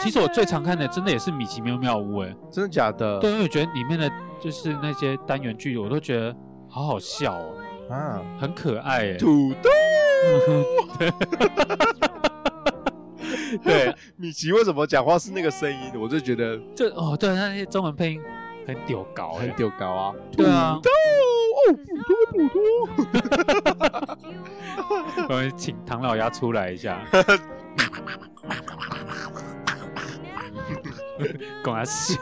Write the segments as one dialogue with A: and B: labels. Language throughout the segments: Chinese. A: 其实我最常看的真的也是《米奇妙妙屋》哎，
B: 真的假的？
A: 对，因为我觉得里面的就是那些单元剧，我都觉得好好笑哦，
B: 啊，
A: 很可爱哎。
B: 土豆。
A: 对，
B: 米奇为什么讲话是那个声音？我就觉得
A: 这哦，对，那些中文配音很屌搞哎
B: 很。丢高啊。
A: 对啊
B: 土豆哦，普多普多。
A: 我们请唐老鸭出来一下。拱他笑，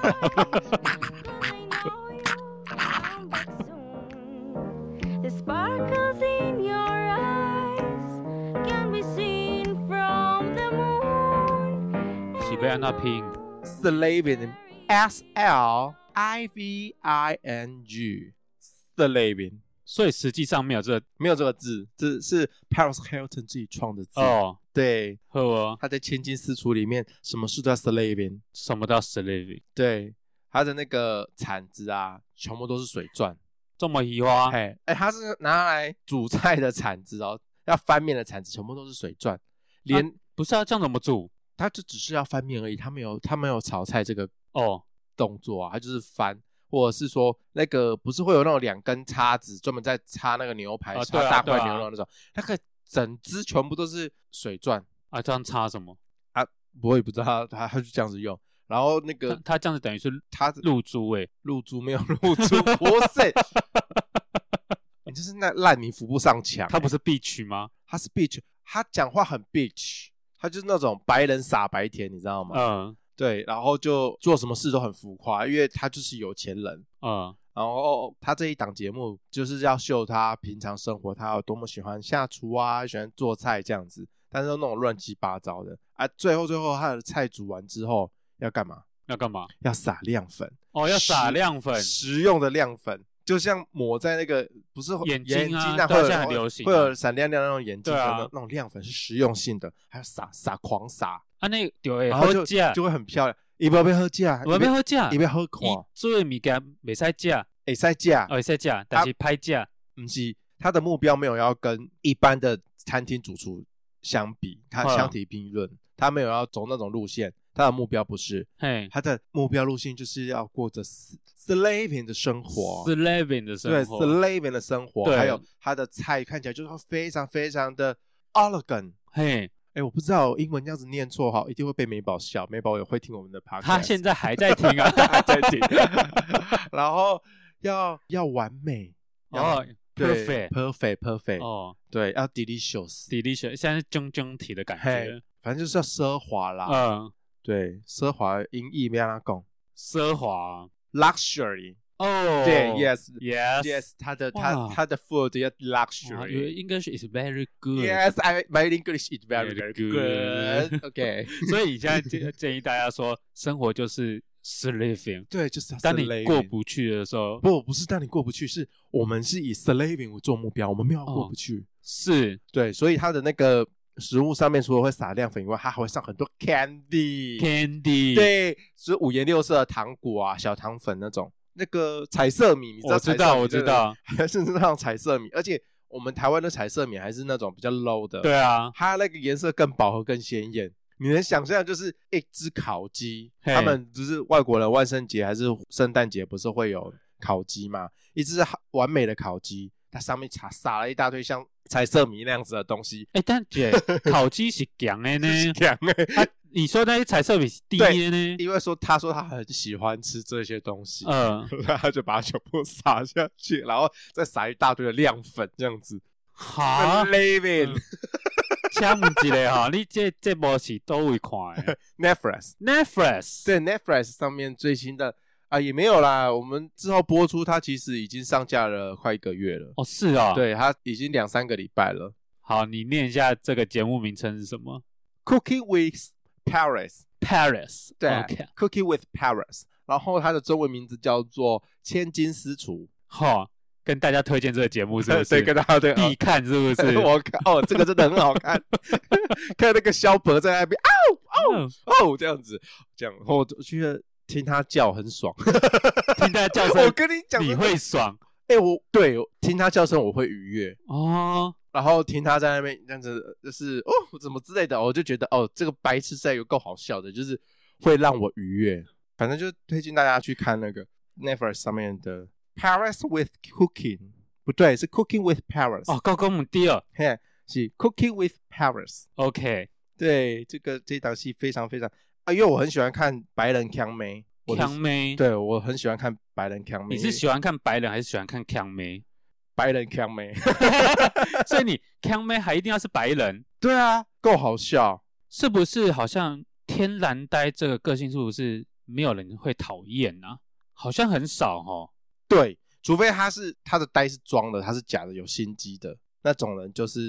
C: The sparkles in your eyes can be seen from the moon.
A: 喜贝安娜拼
B: Slavin S L I V I N G Slavin
A: 所以实际上没有这个
B: 没有这个字，这是 Paris Hilton 自己创的字。
A: 哦，
B: 对，
A: 和我
B: 他在《千金私厨》里面什么事都要 Slavin。
A: 什么叫 slave，
B: 对，他的那个铲子啊，全部都是水钻。
A: 这么移花，
B: 哎哎，他是拿来煮菜的铲子哦，要翻面的铲子全部都是水钻，连
A: 不是啊，这样怎么煮？
B: 他就只是要翻面而已，他没有他没有炒菜这个
A: 哦，
B: 动作啊，他就是翻，或者是说那个不是会有那种两根叉子专门在叉那个牛排、
A: 啊
B: 叉
A: 对啊
B: 大块
A: 对啊
B: 牛肉那种，那个整只全部都是水钻，
A: 啊，这样插什么？
B: 我也不知道他他他就这样子用，然后那
A: 他
B: 个
A: 他这样子等于是
B: 他
A: 露珠哎，
B: 露珠没有露珠，不是， 你就是那烂泥扶不上墙，
A: 他不是 B 区吗？
B: 他是 bitch，他讲话很 bitch，他就是那种白人傻白甜，你知道吗？
A: 嗯
B: 对，然后就做什么事都很浮夸，因为他就是有钱人。
A: 嗯，
B: 然后他这一档节目就是要秀他平常生活，他有多么喜欢下厨啊，喜欢做菜这样子，但是都那种乱七八糟的啊。最后最后他的菜煮完之后要干嘛？
A: 要干嘛？
B: 要撒亮粉，
A: 哦，要撒
B: 食
A: 亮粉，
B: 食用的亮粉，就像抹在那个不是
A: 眼睛啊
B: 睛啊，
A: 对啊
B: 会有
A: 现在很流行啊
B: 会有闪亮亮那种眼镜
A: 对
B: 的
A: 啊
B: 那种那种亮粉是食用性的，还要撒撒狂撒，
A: 啊，那对诶，
B: 然后
A: 好
B: 就
A: 假，
B: 就会很漂亮。你不要被喝价，
A: 我要好假，
B: 你不要喝啊看，
A: 伊做的物件袂使食，哦
B: 会使价，
A: 会使食，但是歹食，
B: 不是啊他的目标没有要跟一般的餐厅主厨相比，他
A: 嗯
B: 相提并论，他没有要走那种路线，他的目标不是，
A: 嘿
B: 他的目标路线就是要过着 s- slaving 的生活。
A: ，slaving 的生
B: 对
A: 活，
B: slaving 的生活，
A: 对
B: 还有他的菜看起来就是非常非常的 elegant。
A: 嘿，
B: 哎，我不知道英文这样子念错哈，一定会被美宝笑。美宝也会听我们的 podcast，
A: 他现在还在听 啊，他还在听，
B: 然后要要完美，要
A: 哦，perfect，
B: perfect perfect，、
A: 哦
B: 对，要 delicious，
A: ，delicious，现在是中中体的感
B: 嘿
A: 觉，
B: 反正就是要奢华啦。
A: 嗯，
B: 对，奢华的音译没让他讲
A: 奢华，
B: luxury，、
A: 哦，
B: 对，yes
A: yes 哦
B: yes，他的
A: 哇
B: 他他的 food 要
A: 哇，your
B: luxury。
A: English is very good，
B: Yes, I my English is very very
A: Very
B: good. OK，
A: 所以你现在建建议大家说，生活就是 slaving，
B: 对，就是要
A: 当你
B: slaving
A: 过不去的时候，
B: 不不是让你过不去，是我们是以 slaving 为做目标，我们没有要过不去。
A: 哦是
B: 对，所以它的那个食物上面除了会撒亮粉以外，它还会上很多 candy。
A: candy，，
B: 对，是五颜六色的糖果啊，小糖粉那种，那个彩色米，你知道
A: 我
B: 彩
A: 知
B: 色米对不对？
A: 道，我知道，
B: 甚至那种彩色米，而且我们台湾的彩色米还是那种比较 low 的，
A: 对，啊，
B: 它那个颜色更饱和、更鲜艳。你能想象，就是一只烤鸡，
A: 嘿
B: 他们就是外国人万圣节还是圣诞节，不是会有烤鸡嘛？一只好完美的烤鸡，它上面撒撒了一大堆像彩色米那样子的东西，
A: 哎、 但姐烤鸡是强的呢，
B: 两个、
A: 啊，你说那些彩色笔是低的呢？
B: 因为说他说他很喜欢吃这些东西，
A: 嗯，
B: 然后他就把它全部撒下去，然后再撒一大堆的亮粉，这样子。啊
A: 好，
B: 嗯，Living
A: 请问一下 哈，你这这部是都会看的
B: Netflix，
A: ？Netflix，
B: 在 Netflix 上面最新的啊也没有啦，我们之后播出它其实已经上架了快一个月了，
A: 哦，是哦，，
B: 对，它已经两三个礼拜了。
A: 好，你念一下这个节目名称是什么
B: Cooking with Paris，
A: ？Paris，
B: 对、
A: ，OK，
B: c o o k i n g with Paris，然后它的中文名字叫做《千金私厨
A: 好、跟大家推荐这个节目》，是不是？
B: 对，跟大家对。？
A: 必看是不是
B: 啊 我看哦，这个真的很好看， 看那个肖伯在那边啊
A: 哦，
B: 哦，这样子，这样，哦我就觉得听他叫很爽。
A: 听大家叫
B: 我
A: 声，
B: 跟你讲，
A: 你
B: 真的
A: 会爽
B: 哎、我对我听他叫声我会愉悦，
A: 哦。
B: 然后听他在那边这样子，就是哦，怎么之类的，我就觉得哦，这个白痴在有够好笑的，就是会让我愉悦。反正就推荐大家去看那个 Netflix 上面的 Paris with Cooking，不对，是 Cooking with Paris，
A: 哦，高高姆第二
B: 嘿，是 Cooking with Paris。
A: ，OK，
B: 对，这个这档戏非常非常啊，因为我很喜欢看白人强妹，我的
A: 强妹，，
B: 对我很喜欢看白人强妹。
A: 你是喜欢看白人还是喜欢看强 妹？
B: 白人强妹？
A: 所以你强妹还一定要是白人，
B: 对啊，够好笑。
A: 是不是？好像天然呆这个个性是不是没有人会讨厌啊？好像很少哦。
B: 对，除非他是他的呆是装的，他是假的，有心机的那种人，就是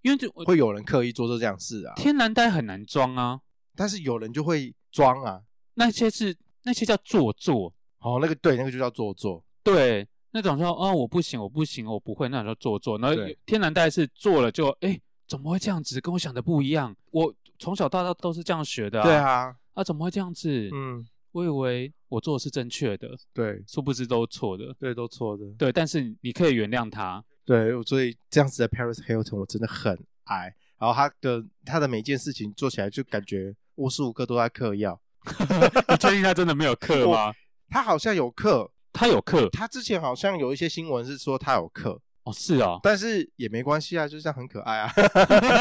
A: 因为就我
B: 会有人刻意做这样事啊。
A: 天然呆很难装啊，
B: 但是有人就会装啊。
A: 那些是那些叫做作，
B: 哦，那个对，那个就叫做作。
A: 对，那种说哦我不行，我不行，我不会，那种叫做作。然后
B: 对
A: 天然呆是做了就哎怎么会这样子？跟我想的不一样，我从小到大都是这样学的、
B: 对，啊，
A: 啊怎么会这样子？
B: 嗯，
A: 我以为我做的是正确的，
B: 对，
A: 殊不知都错的。
B: 对，都错的。
A: 对，但是你可以原谅他。
B: 对，我所以这样子的 Paris Hilton 我真的很爱。然后他的他的每件事情做起来就感觉无时无刻都在嗑药。
A: 你确定他真的没有课吗？
B: 他好像有嗑，
A: 他有课
B: 他之前好像有一些新闻是说他有嗑，
A: 哦，是哦。
B: 但是也没关系啊，就这样很可爱啊，
A: 呃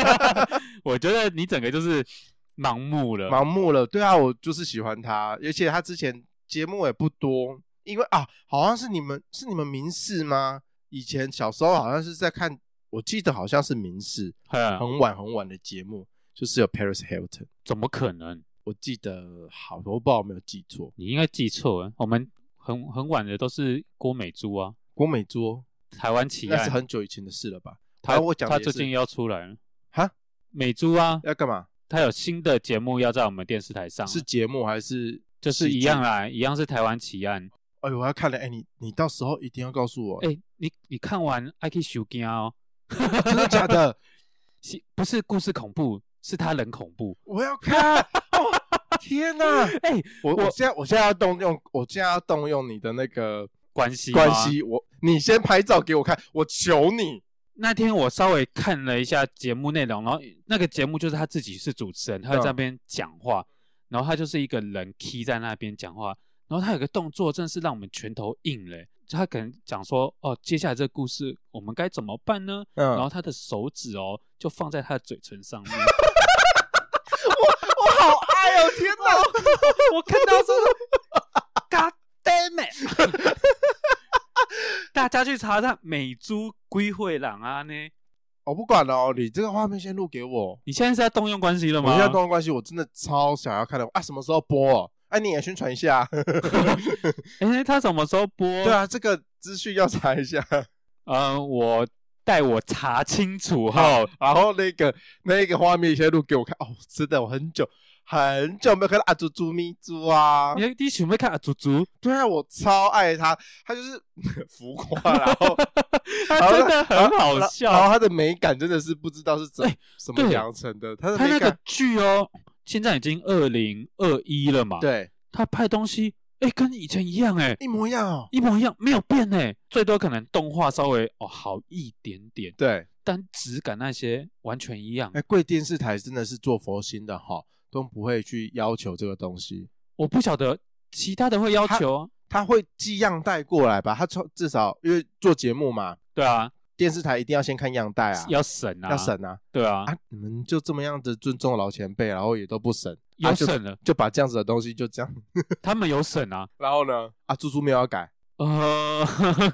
A: 我觉得你整个就是盲目了，
B: 盲目了。对啊，我就是喜欢他，而且他之前节目也不多，因为啊，好像是你们是你们民视吗？以前小时候好像是在看，我记得好像是民视
A: 嗯，
B: 很晚很晚的节目，就是有 Paris Hilton。
A: 怎么可能？
B: 我记得好，我不知道有没有记错。
A: 你应该记错了。我们很很晚的都是郭美珠啊，
B: 郭美珠，
A: 台湾奇
B: 那是
A: 案，
B: 很久以前的事了吧？
A: 她
B: 啊我讲的
A: 她
B: 也是
A: 最近要出来了
B: 哈，
A: 美珠啊，
B: 要干嘛？
A: 她有新的节目要在我们电视台上，啊
B: 是节目还是？
A: 就是一样啦，一样是台湾奇案。
B: 哎呦，我要看了。哎，你你到时候一定要告诉我，
A: 哎、你你看完爱去修惊哦，
B: 真的假的？
A: 是不是故事恐怖，是他人恐怖。
B: 我要看。哦天哪！
A: 哎、
B: 我
A: 我
B: 我现在我现在要动用，我现在要动用你的那个
A: 关系吗
B: 关。系。我你先拍照给我看，我求你。
A: 那天我稍微看了一下节目内容，然后那个节目就是他自己是主持人，他会
B: 嗯
A: 在那边讲话，然后他就是一个人 key 在那边讲话，然后他有个动作真的是让我们拳头硬嘞、就他可能讲说哦，接下来这个故事我们该怎么办呢？
B: 嗯，
A: 然后他的手指哦就放在他的嘴唇上面，
B: 我好爱哦！天哪，
A: 我看到之后 ，God damn it！大家去查查美珠归会郎啊呢？
B: 我不管了哦，你这个画面先录给我。
A: 你现在是在动用关系了
B: 我
A: 吗？
B: 现在动物关系，我真的超想要看的啊！什么时候播哦？哎、你也宣传一下。
A: 哎、他什么时候播？
B: 对，啊，这个资讯要查一下。
A: 嗯，我待我查清楚后，
B: 然后那个那个画面先录给我看。哦，真的，我很久很久没有看到阿猪猪咪猪啊。
A: 你你想要看阿祖 祖？
B: 对啊，我超爱他，他就是 浮夸，然 后
A: 他真的很好
B: 然后然后
A: 笑，
B: 他的美感真的是不知道是怎、
A: 哎
B: 什么
A: 对
B: 养成的，他的
A: 他
B: 美
A: 那
B: 感
A: 个剧哦，现在已经二零二一了嘛，，
B: 对
A: 他拍东西哎、跟以前一样哎、
B: 一模一样哦。
A: 一模一样，没有变哎、最多可能动画稍微哦好一点点，
B: 对，
A: 但质感那些完全一样。
B: 哎，贵电视台真的是做佛心的哈，都不会去要求这个东西。
A: 我不晓得其他的会要求啊，
B: 他会寄样带过来吧？他从至少因为做节目嘛，
A: 对啊，
B: 电视台一定要先看样带啊，
A: 要审啊，
B: 要，审啊
A: 对啊，
B: 啊！你们就这么样子尊重老前辈，然后也都不审，啊
A: 有
B: 就
A: 审了，
B: 就把这样子的东西就这样，
A: 他们有审啊，
B: 然后呢？啊，猪猪没有要改，
A: 呃，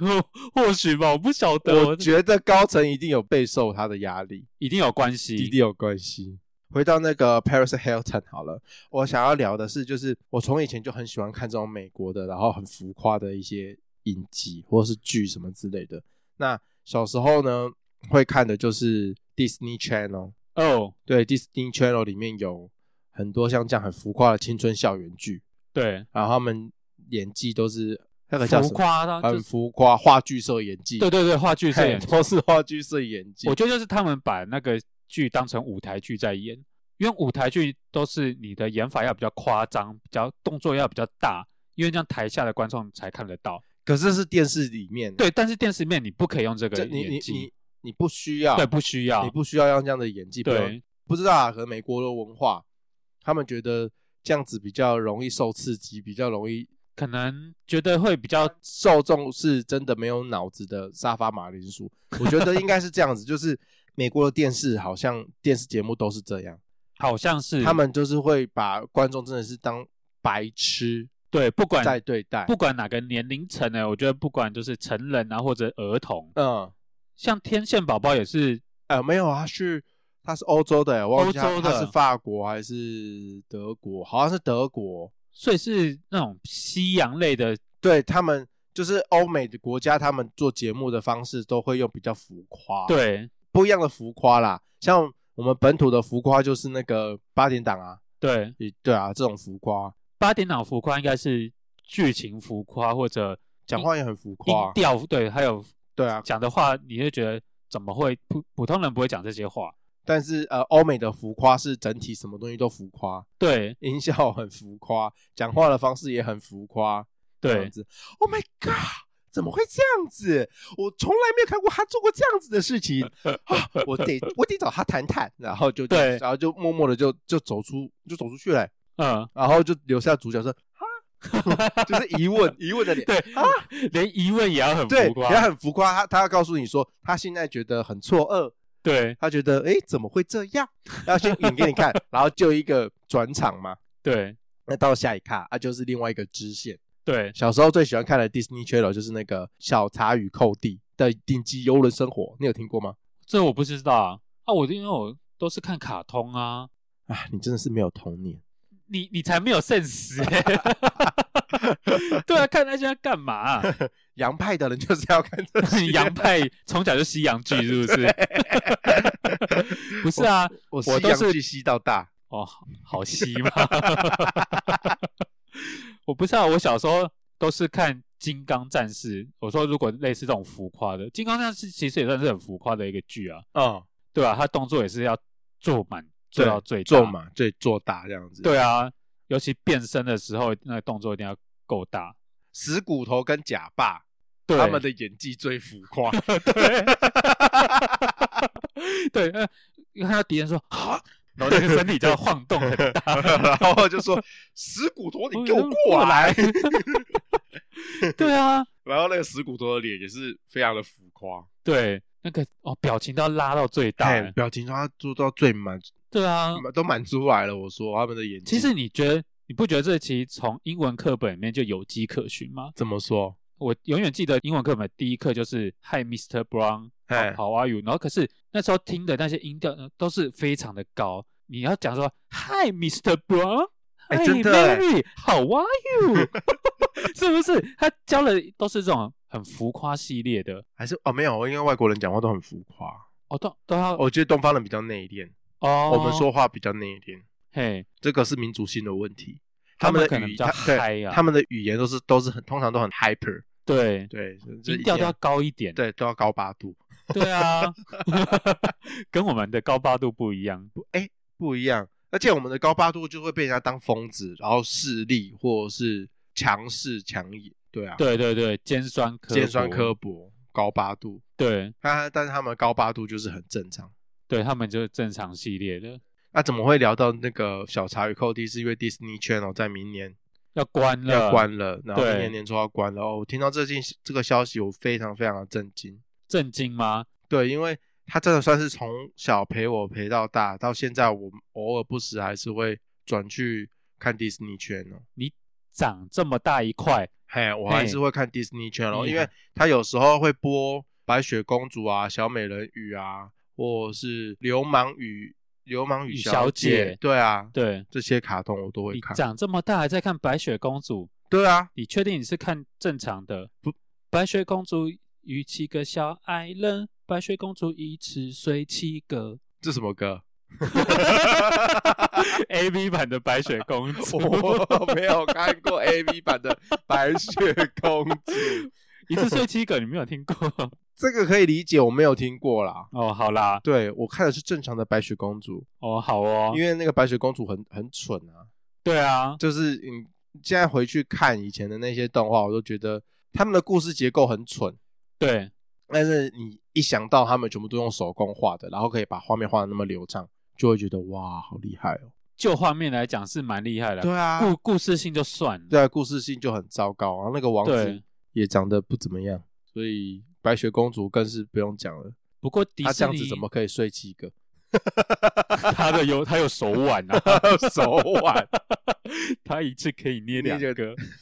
A: 或许吧，我不晓得，
B: 我
A: 我
B: 觉得高层一定有备受他的压力，
A: 一定有关系，
B: 一定有关系。回到那个 Paris Hilton 好了，我想要聊的是，就是我从以前就很喜欢看这种美国的，然后很浮夸的一些影集或是剧什么之类的。那小时候呢，会看的就是 Disney Channel，
A: 哦，
B: 对 Disney Channel 里面有很多像这样很浮夸的青春校园剧，
A: 对，
B: 然后他们演技都是那个叫
A: 浮
B: 什么？
A: 夸，他就
B: 很浮夸，话剧社演技，
A: 对对对，话剧社
B: 嘿
A: 演，
B: 都是话剧社演技。
A: 我觉得就是他们把那个剧当成舞台剧在演，因为舞台剧都是你的演法要比较夸张，比较动作要比较大，因为这样台下的观众才看得到。
B: 可是是电视里面，
A: 对，但是电视面你不可以用这个
B: 这你你
A: 演
B: 你
A: 技，
B: 你不需要，
A: 对，不需要
B: 你，不需要用这样的演技。不用
A: 对，
B: 不知道啊，可能美国的文化，他们觉得这样子比较容易受刺激，比较容易
A: 可能觉得会比较
B: 受众是真的没有脑子的沙发马铃薯。我觉得应该是这样子，就是美国的电视好像电视节目都是这样，
A: 好像是
B: 他们就是会把观众真的是当白痴
A: 对不管
B: 在对待。
A: 不管哪个年龄层呢，我觉得不管就是成人啊或者儿童，
B: 嗯，
A: 像天线宝宝也是
B: 呃，没有啊，他是他是欧洲的，我忘记他
A: 欧洲的
B: 他是法国还是德国，好像是德国。
A: 所以是那种西洋类的，
B: 对他们就是欧美的国家，他们做节目的方式都会用比较浮夸，，
A: 对
B: 不一样的浮夸啦。像我们本土的浮夸就是那个八点档啊，
A: 对。
B: 也对啊，这种浮夸，
A: 八点档浮夸应该是剧情浮夸或者
B: 讲话也很浮
A: 音
B: 夸，啊
A: 调，对，还有
B: 对啊。
A: 讲的话，你会觉得怎么会普普通人不会讲这些话？
B: 但是呃，欧美的浮夸是整体什么东西都浮夸，
A: 对
B: 音效很浮夸，讲话的方式也很浮夸，这样
A: 对，
B: 子。Oh my god！怎么会这样子？我从来没有看过他做过这样子的 事情啊！我得我得找他谈谈，然后就
A: 对
B: 然后就默默的就就走出就走出去了、
A: 嗯，
B: 然后就留下主角说哈， 就是疑问疑问的脸，
A: 对
B: 啊，
A: 连疑问也要很
B: 对
A: 浮，夸，
B: 也很浮夸。他他要告诉你说，他现在觉得很错愕，
A: 对
B: 他觉得诶怎么会这样？然后先演给你看，然后就一个转场嘛。
A: 对
B: 那到下一卡啊，就是另外一个支线。
A: 对，
B: 小时候最喜欢看的 Disney Channel 就是那个《小茶与寇弟》的顶级游轮生活，你有听过吗？
A: 这我不知道啊，啊，我因为我都是看卡通啊，
B: 啊，你真的是没有童年。
A: 你你才没有 sense 欸 对啊，看那些干 嘛、
B: 洋派的人就是要看这 些
A: 洋，派从小就西洋剧是不是？不是啊，
B: 我
A: 我
B: 西
A: 都
B: 洋
A: 是
B: 剧西到大，
A: 哦，好好稀嘛！ 我不知道，我小时候都是看《金刚战士》。我说，如果类似这种浮夸的，《金刚战士》其实也算是很浮夸的一个剧啊，
B: 嗯，
A: 对吧、啊？他动作也是要做满，做
B: 对啊
A: 到最大
B: 做。嘛，对，做大这样子。
A: 对啊，尤其变身的时候，那个动作一定要够大。
B: 死骨头跟假爸
A: 对，
B: 他们 的演技最浮 夸，
A: 对，呃，看到敌人说哈，
B: 哦
A: 然后那个身体就要晃动很大。
B: 然后就说死骨头，你给我过 来。
A: 对啊，
B: 然后那个死骨头的脸也是非常的浮夸，
A: 对，那个哦，表情都要拉到最大欸。
B: 哎表情他做到最满，
A: 对啊，
B: 都满出来了。我说他们的演技，
A: 其实你觉得你不觉得这其实从英文课本里面就有迹可循吗？
B: 怎么说？
A: 我永远记得英文课本第一课就是 Hi Mr. Brown，
B: 哎
A: 好 How are you？然后可是那时候听的那些音调呢，都是非常的高。你要讲说 Hi Mr. Brown。
B: 哎
A: Hi,
B: 真的哎
A: Mary, how are you？是不是？他教的都是这种很浮夸系列的
B: 还是哦，没有，因为外国人讲话都很浮夸，
A: 哦，都都要
B: 我觉得东方人比较内敛，
A: 哦。
B: 我们说话比较内敛，
A: 嘿，
B: 这个是民族性的问题。
A: 他们
B: 们
A: 可
B: 的
A: 能比
B: 语
A: 较
B: 他
A: 嗨
B: 对
A: 啊
B: 他们的语言都是都是很通常都很 hyper，
A: 对，
B: 对，这
A: 音调都要高一点。
B: 对都要高八度，
A: 对啊， 跟我们的高八度不一样。
B: 不一样。而且我们的高八度就会被人家当疯子，然后势利或者是强势强野，对啊，
A: 对对对，尖酸刻薄
B: 尖酸刻薄，高八度。
A: 对
B: 他但是他们的高八度就是很正常。
A: 对，他们就是正常系列的，
B: 那怎么会聊到那个小茶与寇弟？是因为 Disney Channel 在明年
A: 要关了，
B: 要关了，然后
A: 嗯对
B: 明年年初要关了。哦，我听到这件这个消息，我非常非常的震惊。
A: 震惊吗？
B: 对，因为他真的算是从小陪我陪到大，到现在我偶尔不时还是会转去看 Disney Channel。
A: 长这么大一块，
B: 嘿，我还是
A: 嘿嗯
B: 会看 Disney Channel，
A: 厉
B: 因为
A: 害
B: 它有时候会播《白雪公主》啊、《小美人鱼》啊，或是《流氓与流氓与
A: 与
B: 小
A: 小
B: 姐》
A: 姐
B: 对啊，
A: 对
B: 这些卡通我都会
A: 你
B: 看。
A: 长这么大还在看白雪公主，
B: 对啊，
A: 你确定你是看正常的？不，白雪公主与七个小矮人，白雪公主一次睡七 个。
B: 这什么歌？
A: A V 版的白雪公主，
B: 我没有看过 A V 版的《白雪公主》，
A: 一次睡七个，你没有听过？
B: 这个可以理解，我没有听过啦。
A: 哦，好啦，
B: 对我看的是正常的白雪公主，
A: 哦，好哦，
B: 因为那个白雪公主很很蠢啊，
A: 对啊，
B: 就是你现在回去看以前的那些动画，我都觉得他们的故事结构很蠢，
A: 对
B: 但是你一想到他们全部都用手工画的，然后可以把画面画的那么流畅，就会觉得哇，好厉害哦！
A: 就画面来讲是蛮厉害的，
B: 对啊，
A: 故故事性就算了，
B: 对啊，故事性就很糟糕，然后那个王子
A: 对
B: 也长得不怎么样，所以白雪公主更是不用讲了，
A: 不过迪
B: 她这
A: 士
B: 样
A: 尼
B: 子怎么可以睡七个？
A: 他的有他有手腕啊，
B: 手腕，
A: 他一次可以捏两
B: 捏
A: 个，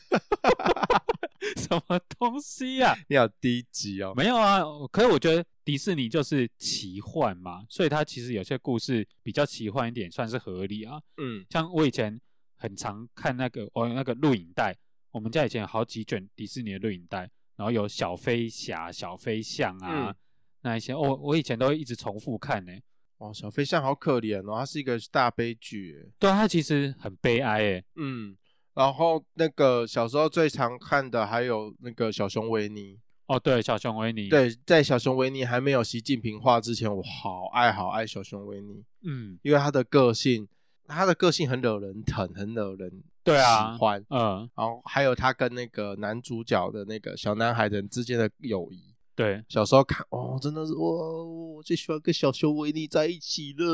A: 什么东西呀、
B: 你好低级哦，
A: 没有啊，可是我觉得迪士尼就是奇幻嘛，所以它其实有些故事比较奇幻一点，算是合理啊。
B: 嗯，
A: 像我以前很常看那个哦那个录影带，我们家以前有好几卷迪士尼的录影带，然后有小飞侠、小飞象啊、
B: 嗯
A: 那一些，我、我以前都会一直重复看呢、
B: 哦，小飞象好可怜哦，它是一个大悲剧耶，
A: 对啊，它其实很悲哀欸诶、
B: 嗯，然后那个小时候最常看的还有那个小熊维尼，
A: 哦，对，小熊维尼，，
B: 对，在小熊维尼还没有习近平化之前，我好爱好爱小熊维尼，
A: 嗯，
B: 因为他的个性，他的个性很惹人疼，很惹人
A: 对啊
B: 喜欢。
A: 呃，
B: 然后还有他跟那个男主角的那个小男孩的之间的友谊，
A: 对，
B: 小时候看哦，真的是哇，我最喜欢跟小熊维尼在一起了，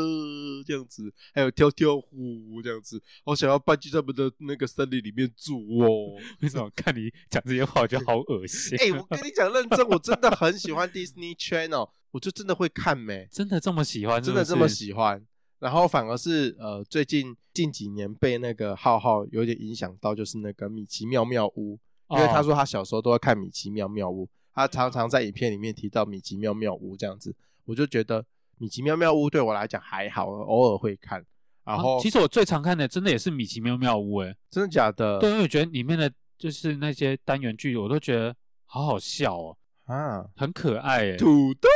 B: 这样子，还有跳跳虎这样子，我想要搬去他们的那个森林里面住哦。
A: 为什么看你讲这些话我就好恶心？
B: 哎、我跟你讲，认真，我真的很喜欢 Disney Channel，我就真的会看没、
A: 真的这么喜欢
B: 真的这么
A: 喜。
B: 喜欢。然后反而是呃，最近近几年被那个浩浩有点影响到，就是那个米奇妙妙屋，因为他
A: 哦
B: 说他小时候都会看米奇妙妙屋，他常常在影片里面提到米奇妙妙屋这样子，我就觉得米奇妙妙屋对我来讲还好，偶尔会看。然
A: 啊
B: 后、
A: 其实我最常看的真的也是《米奇妙妙屋》哎，
B: 真的假的？
A: 对，因为我觉得里面的就是那些单元剧，我都觉得好好笑哦，
B: 啊，
A: 很可爱哎。
B: 土豆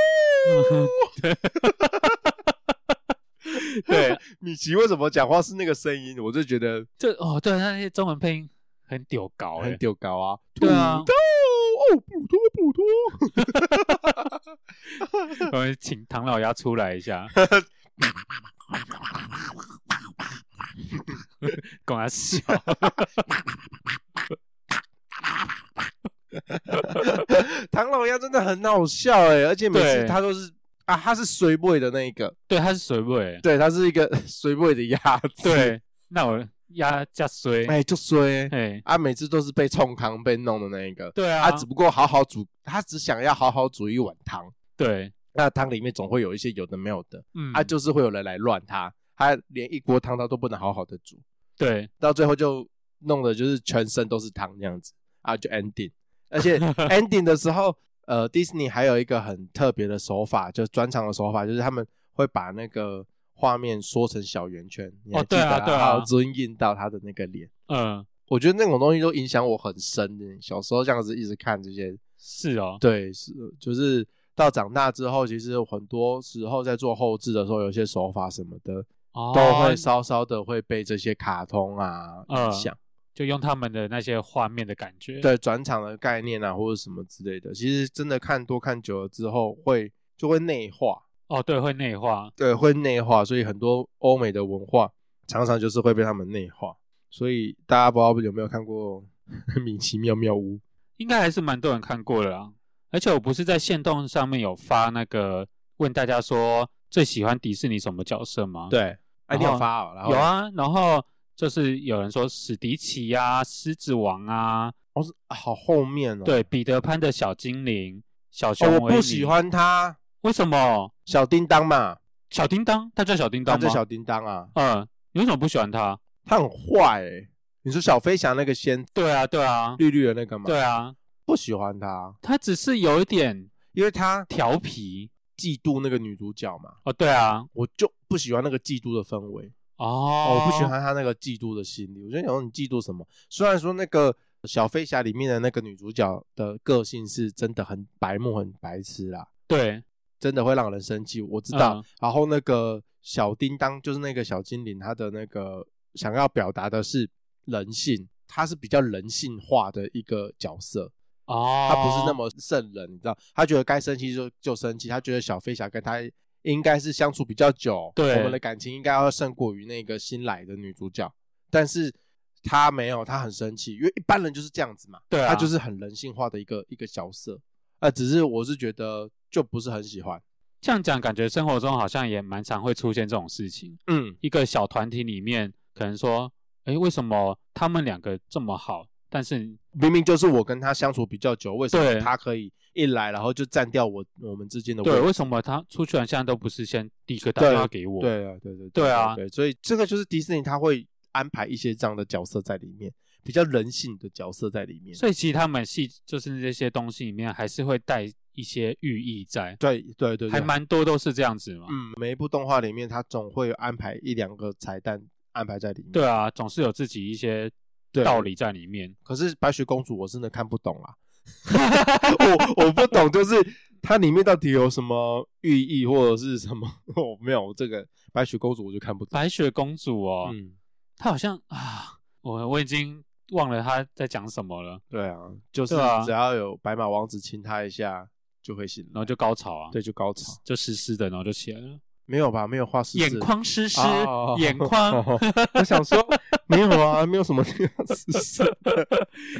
A: 对，
B: 米奇为什么讲话是那个声音？我就觉得
A: 就哦，对，那些中文配音很屌搞哎
B: 很，丢高啊！
A: 对啊
B: 土豆哦，普多普多，
A: 我们请唐老鸭出来一 下， 跟他笑。
B: 唐老鸭真的很好笑哎、而且每次
A: 对
B: 他都是啊，他是水尾的那一个，
A: 对，他是水尾，
B: 对，他是一个 水尾的鸭 子，，
A: 对，那我鸭加水，
B: 哎、就衰、
A: 哎，
B: 啊，每次都是被冲康被弄的那一个，
A: 对
B: 他
A: 啊，
B: 只不过好好煮，他只想要好好煮一碗汤，
A: 对，
B: 那汤里面总会有一些有的没有的，
A: 嗯，
B: 啊，就是会有人来乱他，他连一锅汤他都不能好好的煮，
A: 对，
B: 到最后就弄的就是全身都是汤这样子啊，就 ending。而且 ending 的时候，呃，Disney 还有一个很特别的手法，就是转场的手法，就是他们会把那个画面缩成小圆圈，你还
A: 哦
B: 记得
A: 对啊对啊
B: 然后 zoom in 到他的那个脸。
A: 嗯，
B: 我觉得那种东西都影响我很深的，小时候这样子一直看这些，
A: 是哦，
B: 对，是就是到长大之后，其实很多时候在做后置的时候，有些手法什么的、都
A: 哦
B: 会稍稍的会被这些卡通啊影
A: 嗯
B: 响。
A: 就用他们的那些画面的感觉。
B: 对转场的概念啊，或者什么之类的。其实真的看多看久了之后会，就会内化，
A: 哦，对，会内化。
B: 对，会内化。所以很多欧美的文化常常就是会被他们内化。所以大家不知道有没有看过 《米奇妙妙屋》？
A: 应该还是蛮多人看过的啦。而且我不是在线动上面有发那个问大家说最喜欢迪士尼什么角色吗？，
B: 对，哎，
A: 然
B: 你有
A: 后
B: 发哦？然后
A: 有，啊。然后就是有人说史迪奇呀、狮子王啊，
B: 哦，是啊好后面哦。
A: 对，彼得潘的小精灵、小熊、
B: 哦，我不喜，欢他，
A: 为什么？
B: 小叮当嘛，
A: 小叮当，他叫小叮
B: 他
A: 当吗？
B: 叫小叮当啊，
A: 嗯，你为什么不喜欢他？
B: 他很坏、欸。你说小飞侠那个先
A: 对啊，对啊，
B: 绿绿的那个吗？
A: 对，啊，
B: 不喜欢他，
A: 他只是有一点
B: 因为他
A: 调皮。
B: 嫉妒那个女主角嘛。
A: 哦，对啊，
B: 我就不喜欢那个嫉妒的氛围，
A: 哦，
B: 我不喜欢他那个嫉妒的心理。我就想说你嫉妒什么？虽然说那个小飞侠里面的那个女主角的个性是真的很白目、很白痴啦，
A: 对，
B: 真的会让人生气，我知道。
A: 嗯
B: 然后那个小叮当就是那个小精灵，他的那个想要表达的是人性，他是比较人性化的一个角色。
A: 哦，
B: 他不是那么圣人，你知道，他觉得该生气就就生气，他觉得小飞侠跟他应该是相处比较久，
A: 对
B: 我们的感情应该要胜过于那个新来的女主角，但是他没有，他很生气，因为一般人就是这样子嘛，
A: 对啊
B: 他就是很人性化的一个一个角色，呃，只是我是觉得就不是很喜欢，
A: 这样讲，感觉生活中好像也蛮常会出现这种事情。
B: 嗯，
A: 一个小团体里面，可能说，诶，为什么他们两个这么好，但是
B: 明明就是我跟他相处比较久，为什么
A: 对
B: 他可以一来然后就占掉我我们之间的位
A: 对，
B: 置？
A: 为什么他出去玩现在都不是先第一个打电话给我？
B: 对啊，对对
A: 对啊
B: 对，所以这个就是迪士尼他会安排一些这样的角色在里面，比较人性的角色在里面。
A: 所以其实他们戏就是这些东西里面还是会带一些寓意在，
B: 对对对对，
A: 还蛮多都是这样子嘛。
B: 嗯，每一部动画里面，他总会安排一两个彩蛋安排在里面。
A: 对啊，总是有自己一些
B: 对嗯
A: 道理在里面。
B: 可是白雪公主我真的看不懂啦， 我我不懂，就是它里面到底有什么寓意或者是什么？ 我没有这个白雪公主我就看不懂。
A: 白雪公主哦，
B: 嗯，
A: 她好像啊，我我已经忘了她在讲什么了，
B: 对啊，就是
A: 对啊
B: 只要有白马王子亲她一下就会醒
A: 然后
B: 了，
A: 就高潮啊，
B: 对，，就高潮。
A: 就湿湿的，然后就起来了，
B: 没有吧？没有画师
A: 眼眶湿湿，
B: 哦
A: 眼眶
B: 我想说没有啊，没有什么那个事实。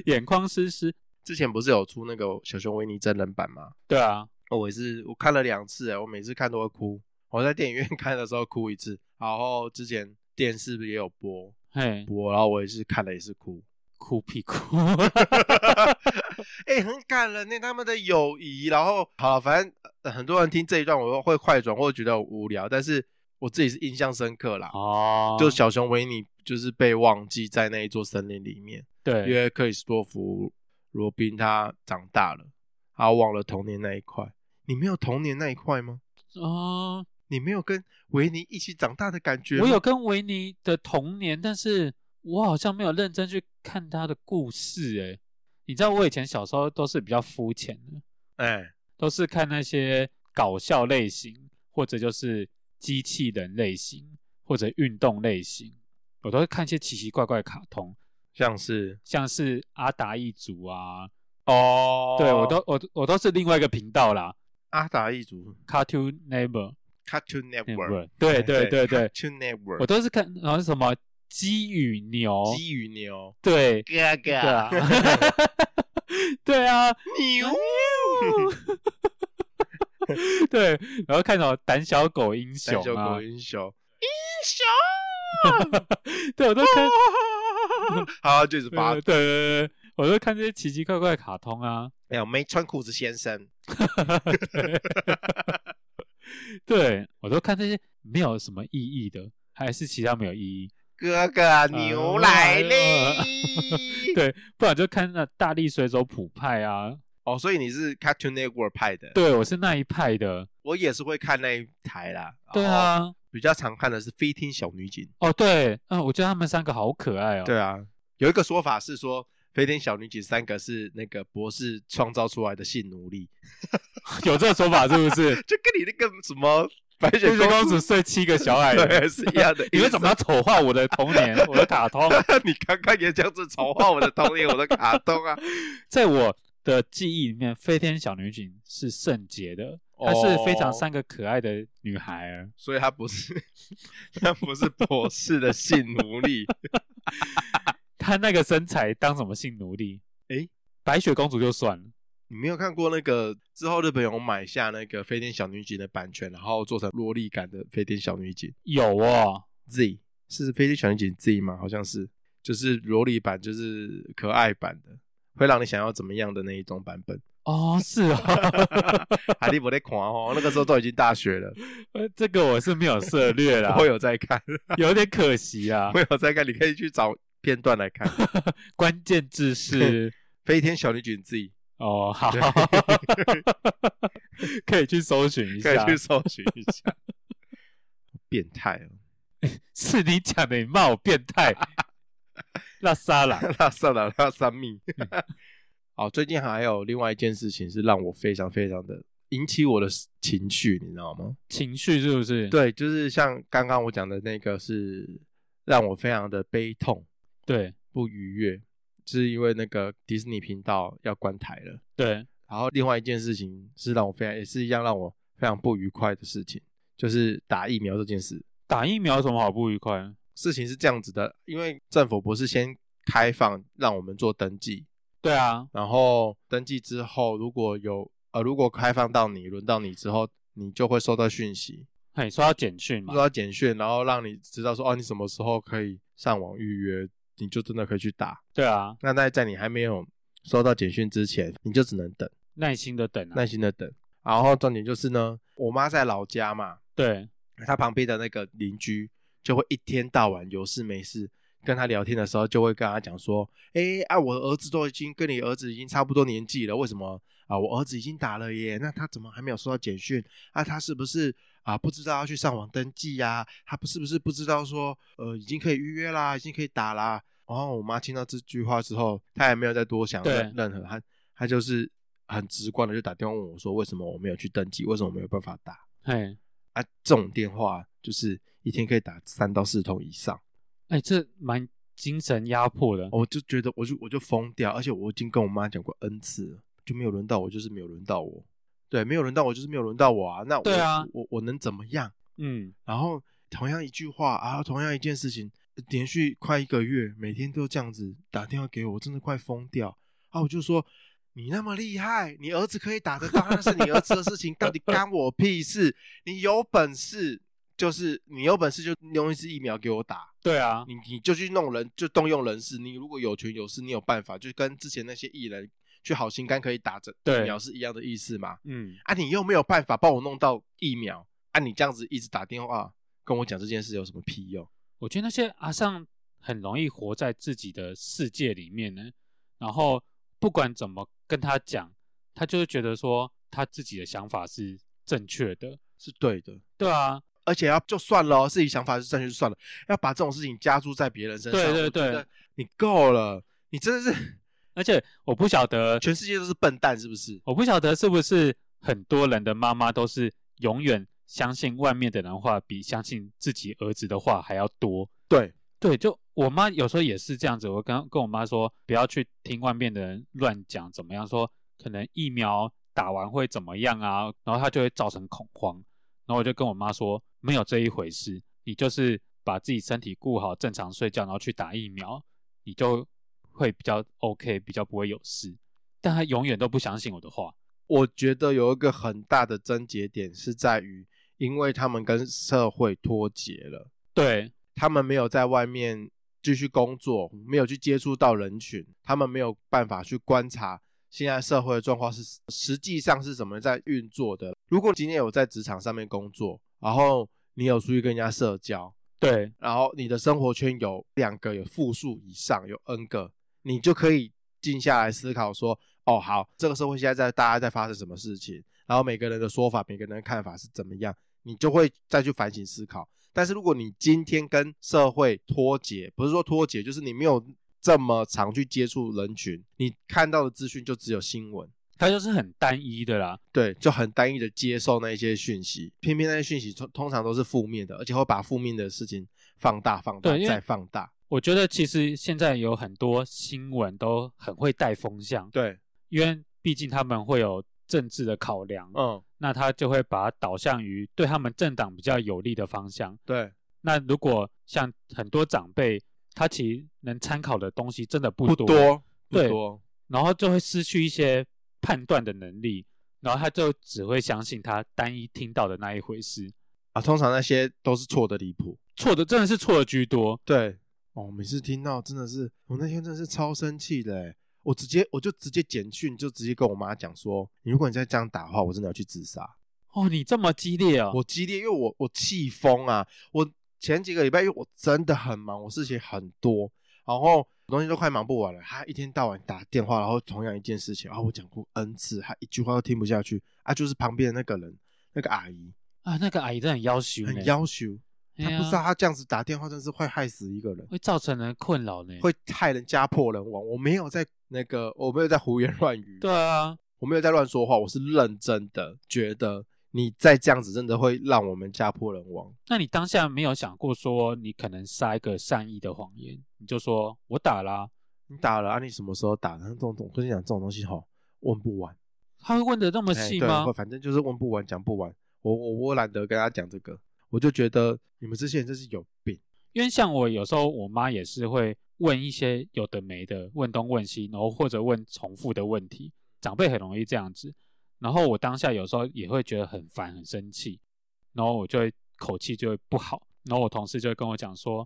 A: 眼眶湿湿，
B: 之前不是有出那个小熊维尼真人版吗？
A: 对啊，
B: 哦我也是，我看了两次欸，我每次看都会哭。我在电影院 看的时候哭一次，然后之前电视也有播
A: 嘿，
B: 播，然后我也是看了也是哭。
A: 哭屁 哭，
B: 哎、很感人呢，他们的友谊。然后好，反正、呃很多人听这一段，我会快转，或者觉得很无聊，但是我自己是印象深刻啦。
A: 哦，
B: 就小熊维尼就是被忘记在那一座森林里面，因
A: 对，
B: 为克里斯多夫罗宾他长大了，他忘了童年那一块。你没有童年那一块吗？
A: 哦，
B: 你没有跟维尼一起长大的感觉吗
A: 我有跟维尼的童年，但是我好像没有认真去看他的故事、欸，你知道我以前小时候都是比较肤浅的，
B: 哎，
A: 都是看那些搞笑类型，或者就是机器人类型，或者运动类型，我都会看一些奇奇怪怪的卡通，
B: 像是
A: 像是阿达一族啊，
B: 哦
A: 对我都我都我都是另外一个频道啦
B: 阿达一族
A: ，Cartoon Network，
B: Cartoon Network，哎
A: Network，对对对对
B: ，Cartoon
A: 我
B: Network，
A: 都是看然后是什么鸡与牛，
B: 鸡与牛，
A: 对，
B: 嘎
A: 对
B: 嘎
A: 啊， 对啊，
B: 牛，
A: 对，然后看到胆小狗英雄
B: 三九
A: 啊
B: 狗，英雄，
A: 对我都看，
B: 哦
A: 呃
B: 好，就是发
A: 对对对，对我都看这些奇奇怪怪的卡通啊，
B: 没有没穿裤子先生，
A: 对我都看这些没有什么意义的，还是其他没有意义，
B: 哥哥牛来嘞
A: 来了。对，不然就看那大力水手普派啊，
B: 哦，所以你是 Cartoon Network 派的，
A: 对我是那一派的，
B: 我也是会看那一台啦。
A: 对
B: 然后
A: 啊，
B: 比较常看的是《飞天小女警》。
A: 哦对，嗯，我觉得他们三个好可爱哦，
B: 对啊，有一个说法是说，飞天小女警三个是那个博士创造出来的性奴隶，
A: 有这个说法是不 是？
B: 就跟你那个什么白雪
A: 就是公
B: 公
A: 主
B: 主
A: 睡七个小矮人。
B: 对是一样的
A: 你为什么要？丑化我的童年，我的卡通？
B: 你刚刚也这样子丑化我的童年，我的卡通 啊！
A: 在我的记忆里面，飞天小女警是圣洁的，她是非常
B: 哦，
A: 三个可爱的女孩儿。
B: 所以她不是， 她不是博士的性奴隶。
A: 她那个身材当什么性奴隶？
B: 诶
A: 白雪公主就算了。
B: 你没有看过那个之后日本有买下那个飞天小女警的版权，然后做成萝莉感的飞天小女警
A: 有哦，
B: Z 是飞天小女警 Z 吗？好像是，就是萝莉版，就是可爱版的，会让你想要怎么样的那一种版本。
A: 哦是哦，
B: 海利伯在狂哦，那个时候都已经大 学了，
A: 呃这个我是没有涉略 啦
B: 我，有在看，
A: 有点可惜啊
B: 我。有在看，你可以去找片段来看。
A: 关键字是
B: 飞天小女警 Z
A: 哦好， 可以去搜寻一
B: 可以
A: 下
B: 去。搜寻一下。 变态哦，
A: 是你讲的，你骂我变态，那杀了。
B: 拉萨拉拉萨密。 好，最近还有另外一件事情是让我非常非常的引起我的情绪，你知道吗？
A: 情绪是不是？
B: 对，就是像刚刚我讲的那个是让我非常的悲痛
A: 对
B: 不愉悦，是因为那个迪士尼频道要关台了。
A: 对，
B: 然后另外一件事情是让我非常也是一样让我非常不愉快的事情，就是打疫苗这件事。
A: 打疫苗有什么好不愉快？
B: 事情是这样子的，因为政府不是先开放让我们做登记，
A: 对啊，
B: 然后登记之后，如果有呃，如果开放到你，轮到你之后，你就会收到讯息，
A: 嘿，收到简讯嘛
B: 收，到简讯，然后让你知道说哦，你什么时候可以上网预约，你就真的可以去打。
A: 对啊，
B: 那在在你还没有收到简讯之前，你就只能等，
A: 耐心的等啊
B: 耐，心的等。然后重点就是呢，我妈在老家嘛，
A: 对，
B: 她旁边的那个邻居就会一天到晚有事没事跟她聊天的时候，就会跟她讲说：“哎啊，我儿子都已经跟你儿子已经差不多年纪了，为什么啊？我儿子已经打了耶，那他怎么还没有收到简讯啊？他是不是啊不知道要去上网登记呀、他不是不是不知道说呃已经可以预约啦，已经可以打啦？”然后我妈听到这句话之后，她也没有再多想
A: 对
B: 任任何，她她就是很直观的就打电话问我说：“为什么我没有去登记？为什么我没有办法打？”
A: 嘿，
B: 啊，这种电话就是一天可以打三到四通以上，
A: 哎，这蛮精神压迫的，
B: 我就觉得我就我就疯掉，而且我已经跟我妈讲过 N 次了，就没有轮到我，就是没有轮到我，对，没有轮到我就是没有轮到我啊，那我
A: 对啊
B: 我我能怎么样？
A: 嗯，
B: 然后同样一句话啊，同样一件事情，连续快一个月，每天都这样子打电话给我，我真的快疯掉啊！我就说你那么厉害，你儿子可以打得当然是你儿子的事情，到底干我屁事？你有本事就是你有本事就弄一支疫苗给我打，
A: 对啊，
B: 你你就去弄人，就动用人事。你如果有权有势，你有办法，就跟之前那些艺人去好心肝可以打着
A: 对
B: 疫苗是一样的意思嘛。
A: 嗯，
B: 啊，你又没有办法帮我弄到疫苗，啊，你这样子一直打电话跟我讲这件事有什么屁用？
A: 我觉得那些阿尚很容易活在自己的世界里面呢，然后不管怎么跟他讲，他就会觉得说他自己的想法是正确的，
B: 是对的，
A: 对啊，
B: 而且要就算了哦，自己想法是正确就算了，要把这种事情加注在别人身上，
A: 对对
B: 我觉
A: 对
B: 得你够了，你真的是
A: 而且我不晓得
B: 全世界都是笨蛋，是不是？
A: 我不晓得是不是很多人的妈妈都是永远相信外面的人话，比相信自己儿子的话还要多。
B: 对，
A: 对，就我妈有时候也是这样子，我跟跟我妈说，不要去听外面的人乱讲怎么样，说可能疫苗打完会怎么样啊，然后她就会造成恐慌。然后我就跟我妈说，没有这一回事，你就是把自己身体顾好，正常睡觉，然后去打疫苗，你就会比较 OK，比较不会有事。但她永远都不相信我的话。
B: 我觉得有一个很大的症结点是在于，因为他们跟社会脱节了。
A: 对，
B: 他们没有在外面继续工作，没有去接触到人群，他们没有办法去观察现在社会的状况是实际上是怎么在运作的。如果今天有在职场上面工作，然后你有出去跟人家社交，
A: 对，
B: 然后你的生活圈有两个，有复数以上，有 N 个，你就可以静下来思考说，哦，好，这个社会现在在大家在发生什么事情，然后每个人的说法、每个人的看法是怎么样，你就会再去反省思考。但是如果你今天跟社会脱节，不是说脱节，就是你没有这么常去接触人群，你看到的资讯就只有新闻。
A: 它就是很单一的啦。
B: 对，就很单一的接受那一些讯息，偏偏那些讯息通通常都是负面的，而且会把负面的事情放大、放大
A: 对因为
B: 再放大。
A: 我觉得其实现在有很多新闻都很会带风向，
B: 对，
A: 因为毕竟他们会有政治的考量，
B: 嗯，
A: 那他就会把它导向于对他们政党比较有利的方向。
B: 对，
A: 那如果像很多长辈，他其实能参考的东西真的不
B: 不
A: 多，
B: 多，不
A: 对
B: 多，
A: 然后就会失去一些判断的能力，然后他就只会相信他单一听到的那一回事，
B: 啊，通常那些都是错的离谱。
A: 错的真的是错的居多。
B: 对，哦，每次听到真的是，我那天真的是超生气的欸，我直接我就直接简讯，就直接跟我妈讲说，你如果你再这样打的话，我真的要去自杀。
A: 哦，你这么激烈哦！
B: 我激烈，因为我我气疯啊！我前几个礼拜，因为我真的很忙，我事情很多，然后东西都快忙不完了。他一天到晚打电话，然后同样一件事情，啊，我讲过 N 次，他一句话都听不下去啊！就是旁边的那个人，那个阿姨
A: 啊，那个阿姨真的很要求，
B: 很要求，
A: 哎
B: 他
A: 呀，
B: 不知道他这样子打电话真是会害死一个人，
A: 会造成人困扰呢。
B: 会害人家破人亡。我没有在那个，我没有在胡言乱语，
A: 对啊，
B: 我没有在乱说话，我是认真的，觉得你再这样子，真的会让我们家破人亡。
A: 那你当下没有想过说你可能撒一个善意的谎言，你就说我打啦、
B: 你打了啊？你什么时候打？那这种东，我跟你讲，这种东西吼，问不完。
A: 他会问的那么
B: 哎
A: 细
B: 对
A: 吗？
B: 会反正就是问不完，讲不完。我我我懒得跟他讲这个，我就觉得你们这些人真是有病。
A: 因为像我有时候我妈也是会问一些有的没的，问东问西，然后或者问重复的问题，长辈很容易这样子。然后我当下有时候也会觉得很烦、很生气，然后我就会口气就会不好，然后我同事就会跟我讲说：“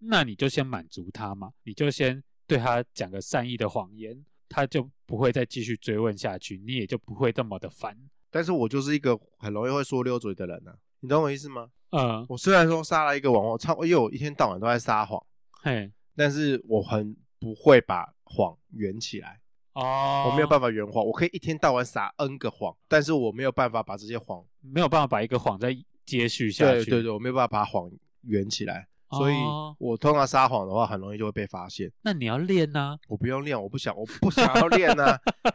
A: 那你就先满足他嘛，你就先对他讲个善意的谎言，他就不会再继续追问下去，你也就不会这么的烦。
B: 但是我就是一个很容易会说溜嘴的人啊，你懂我意思吗？”
A: 嗯，
B: 我虽然说杀了一个网红，超因为我一天到晚都在撒谎，
A: 嘿，
B: 但是我很不会把谎圆起来，
A: 哦，
B: 我没有
A: 法，
B: 办法圆谎，我可以一天到晚撒 N 个谎，但是我没有办法把这些谎，
A: 没有办法把一个谎再接续下
B: 对
A: 去。
B: 对对，我没有办法把谎圆起来，所以
A: 哦
B: 我通常撒谎的话，很容易就会被发现。
A: 那你要练啊呐、
B: 我不用练，我不想，我不想要练呐、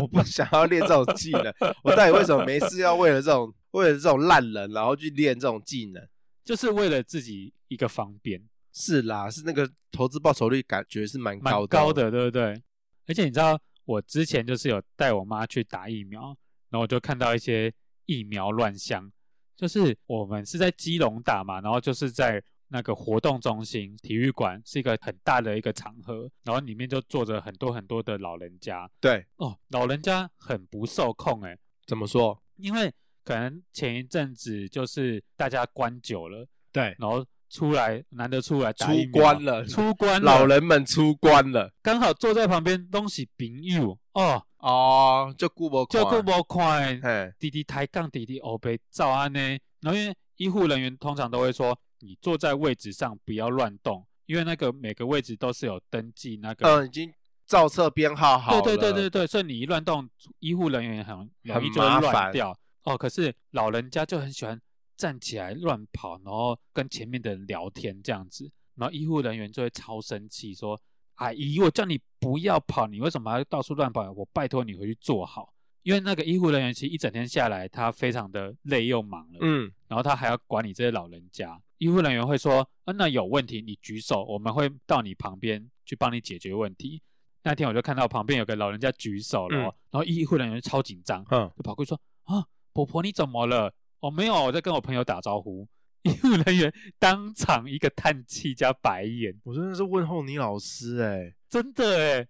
B: 我不想要练这种技能。我到底为什么没事要为了这种为了这种烂人，然后去练这种技能？
A: 就是为了自己一个方便，
B: 是啦，是那个投资报酬率感觉是蛮
A: 蛮
B: 高
A: 高的，对不对？而且你知道，我之前就是有带我妈去打疫苗，然后我就看到一些疫苗乱象，就是我们是在基隆打嘛，然后就是在那个活动中心体育馆是一个很大的一个场合，然后里面就坐着很多很多的老人家，
B: 对，
A: 哦，老人家很不受控诶、
B: 怎么说？
A: 因为可能前一阵子就是大家关久了，
B: 对，
A: 然后出来难得出来打
B: 出
A: 疫苗
B: 关了
A: 出关了
B: 老人们出关了
A: 刚好坐在旁边东西朋友哦，
B: 哦，就顾不
A: 就顾不看的，
B: 哎，
A: 弟弟抬杠，弟弟哦被照安呢。然后因为医护人员通常都会说，你坐在位置上不要乱动，因为那个每个位置都是有登记那个。
B: 嗯，已经照册编号好了，
A: 对对对对对，所以你一乱动，医护人员很容易就
B: 麻
A: 会
B: 烦
A: 乱掉哦。可是老人家就很喜欢站起来乱跑，然后跟前面的人聊天这样子，然后医护人员就会超生气说：“阿姨，我叫你不要跑，你为什么还到处乱跑？我拜托你回去坐好。”因为那个医护人员其实一整天下来，他非常的累又忙了，
B: 嗯，
A: 然后他还要管理这些老人家。医护人员会说：“啊，那有问题你举手，我们会到你旁边去帮你解决问题。”那天我就看到旁边有个老人家举手了哦，然后医护人员超紧张，
B: 嗯
A: 就跑过去说：“啊，婆婆你怎么了？”哦，没有，我在跟我朋友打招呼。医护人员当场一个叹气加白眼，
B: 我真的是问候你老师哎、
A: 真的诶，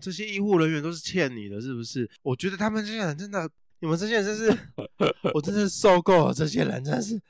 B: 这些医护人员都是欠你的，是不是？我觉得他们这些人真的，你们这些人真是， 我真的受够了，这些人真的是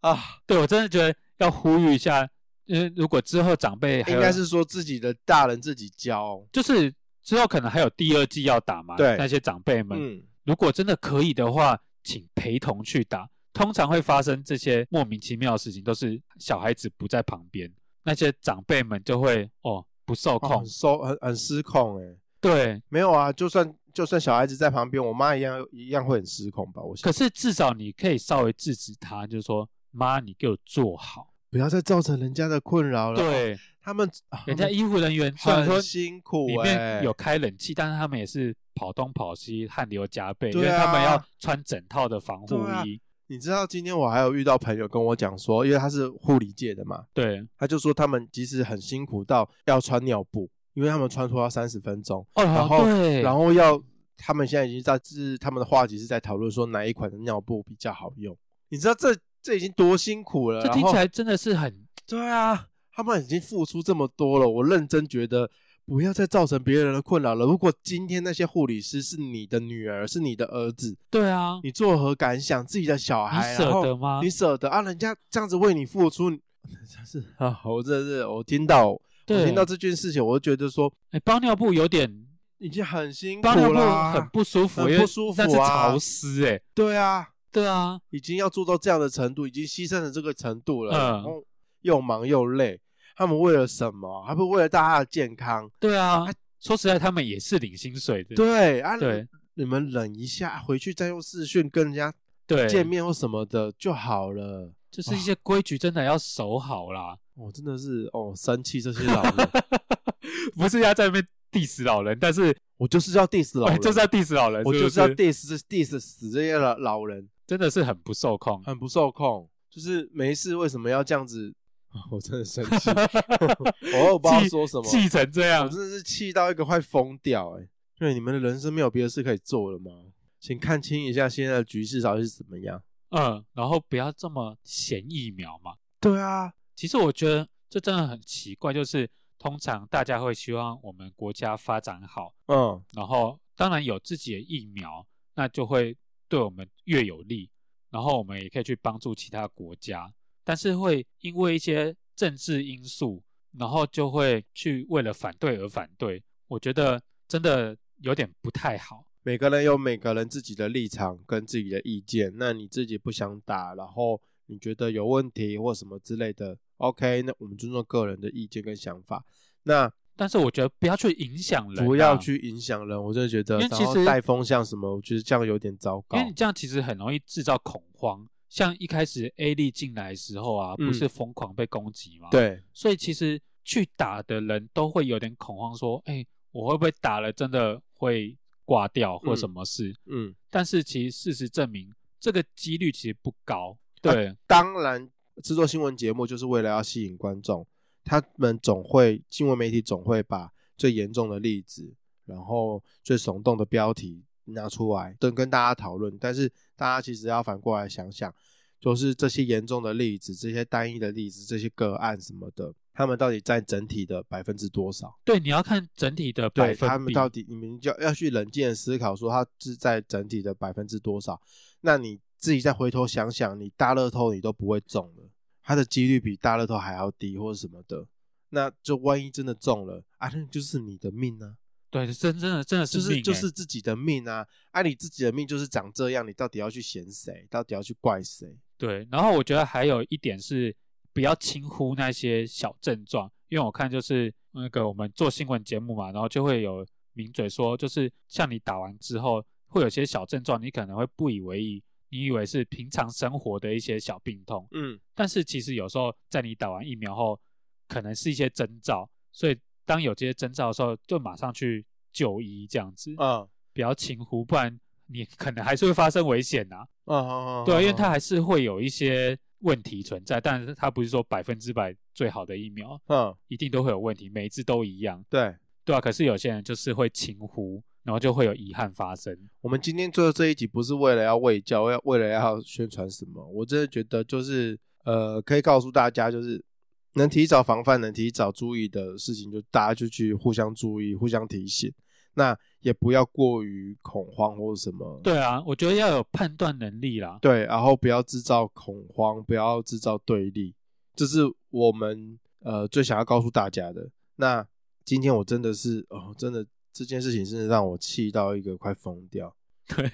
B: 啊，
A: 对我真的觉得要呼吁一下，嗯、如果之后长哎辈还有
B: 哎应该是说自己的大人自己教，
A: 就是之后可能还有第二季要打嘛，
B: 对
A: 那些长辈们，
B: 嗯，
A: 如果真的可以的话，请陪同去打。通常会发生这些莫名其妙的事情，都是小孩子不在旁边，那些长辈们就会哦不受
B: 哦
A: 控。
B: 很收很很失控哎、
A: 对，
B: 没有啊，就算就算小孩子在旁边，我妈一样一样会很失控吧，我想
A: 可是至少你可以稍微制止他，就是说妈，你给我做好。
B: 不要再造成人家的困扰了，，
A: 对，
B: 他们啊
A: 人家医护人员虽然说
B: 哦很辛苦、欸，
A: 里面有开冷气，但是他们也是跑东跑西，汗流浃背，因
B: 对啊
A: 为他们要穿整套的防护
B: 对啊
A: 衣。
B: 你知道今天我还有遇到朋友跟我讲说，因为他是护理界的嘛，
A: 对，
B: 他就说他们即使很辛苦到要穿尿布，因为他们穿脱要三十分钟，
A: 哦，
B: 然后
A: 对，
B: 然后要他们现在已经在是他们的话题是在讨论说哪一款的尿布比较好用，你知道这这已经多辛苦了，
A: 这
B: 然
A: 听起
B: 后
A: 来真的是很
B: 对啊，他们已经付出这么多了，我认真觉得。不要再造成别人的困扰了。如果今天那些护理师是你的女儿，是你的儿子，
A: 对啊，
B: 你作何感想？自己的小
A: 你
B: 孩，
A: 舍
B: 然后
A: 得吗
B: 你舍得啊？人家这样子为你付出，你 真是啊！我真的是，我听到，我
A: 对
B: 听到这件事情，我就觉得说
A: 哎，包尿布有点，
B: 已经很辛苦
A: 包尿布
B: 啦，
A: 很不舒服，
B: 很
A: 因为
B: 不舒
A: 那
B: 服
A: 是
B: 啊
A: 潮湿哎。
B: 对啊，
A: 对啊，
B: 已经要做到这样的程度，已经牺牲了这个程度了，
A: 嗯
B: 然后又忙又累。他们为了什么？他们为了大家的健康。
A: 对啊
B: 啊。
A: 说实在，他们也是领薪水的。
B: 对啊，
A: 对
B: 你们忍一下，回去再用视讯跟人家
A: 对，
B: 见面或什么的就好了。
A: 就是一些规矩真的要守好啦，
B: 我、真的是哦，生气这些老人，
A: 不是要在那边 diss 老人，但是
B: 我就是要 diss 老人，
A: 哎就是要 diss 老人，
B: 我就是是要 diss 这 diss 死这些老老人，
A: 真的是很不受控。
B: 很不受控，就是没事为什么要这样子？啊我真的生气， 我不知道
A: 气
B: 说什么，
A: 气成这样
B: 我，真的是气到一个快疯掉哎、对，你们的人生没有别的事可以做了吗？请看清一下现在的局势到底是怎么样。
A: 嗯，然后不要这么嫌疫苗嘛。
B: 对啊，
A: 其实我觉得这真的很奇怪，就是通常大家会希望我们国家发展好，
B: 嗯，
A: 然后当然有自己的疫苗，那就会对我们越有利，然后我们也可以去帮助其他国家，但是会因为一些政治因素，然后就会去为了反对而反对，我觉得真的有点不太好。
B: 每个人有每个人自己的立场跟自己的意见，那你自己不想打，然后你觉得有问题或什么之类的，OK，那我们尊重个人的意见跟想法，那
A: 但是我觉得不要去影响人、啊
B: 不要，去影响人，我真的觉得，
A: 因为
B: 然
A: 其
B: 后
A: 实
B: 带风向什么，我觉得这样有点糟糕
A: 因为。你这样其实很容易制造恐慌。像一开始 A 力进来的时候啊，
B: 嗯
A: 不是疯狂被攻击吗？
B: 对，
A: 所以其实去打的人都会有点恐慌，说：“哎、我会不会打了真的会挂掉或什么事？”
B: 嗯，
A: 但是其实事实证明，这个几率其实不高。对，
B: 当然，制作新闻节目就是为了要吸引观众，他们总会新闻媒体总会把最严重的例子，然后最耸动的标题拿出来，跟跟大家讨论。但是大家其实要反过来想想，就是这些严重的例子、这些单一的例子、这些个案什么的，他们到底占整体的百分之多少？
A: 对，你要看整体的百
B: 对
A: 分比。
B: 他们到底，你们就要去冷静的思考，说它是在整体的百分之多少？那你自己再回头想想，你大乐透你都不会中了，它的几率比大乐透还要低，或者什么的。那就万一真的中了啊，那就是你的命啊，
A: 对，真真的真的是
B: 就是
A: 命欸
B: 就是自己的命啊，啊，你自己的命就是长这样，你到底要去嫌谁？到底要去怪谁？
A: 对。然后我觉得还有一点是，不要轻忽那些小症状，因为我看就是那个我们做新闻节目嘛，然后就会有名嘴说，就是像你打完之后，会有些小症状，你可能会不以为意，你以为是平常生活的一些小病痛，
B: 嗯，
A: 但是其实有时候在你打完疫苗后，可能是一些征兆，所以当有这些征兆的时候，就马上去就医这样子，
B: 啊
A: 不要轻忽，不然你可能还是会发生危险呐、
B: 啊啊
A: 对啊，因为它还是会有一些问题存在，但是它不是说百分之百最好的疫苗，
B: 嗯，
A: 一定都会有问题，每一支都一样，
B: 对，
A: 对啊。可是有些人就是会轻忽，然后就会有遗憾发生。
B: 我们今天做的这一集不是为了要喂教，要为了要宣传什么，我真的觉得就是呃，可以告诉大家，就是能提早防范、能提早注意的事情，就大家就去互相注意、互相提醒。那也不要过于恐慌或什么，
A: 对啊，我觉得要有判断能力啦。
B: 对，然后不要制造恐慌，不要制造对立，这是我们呃最想要告诉大家的。那今天我真的是哦，真的这件事情真的让我气到一个快疯掉。
A: 对，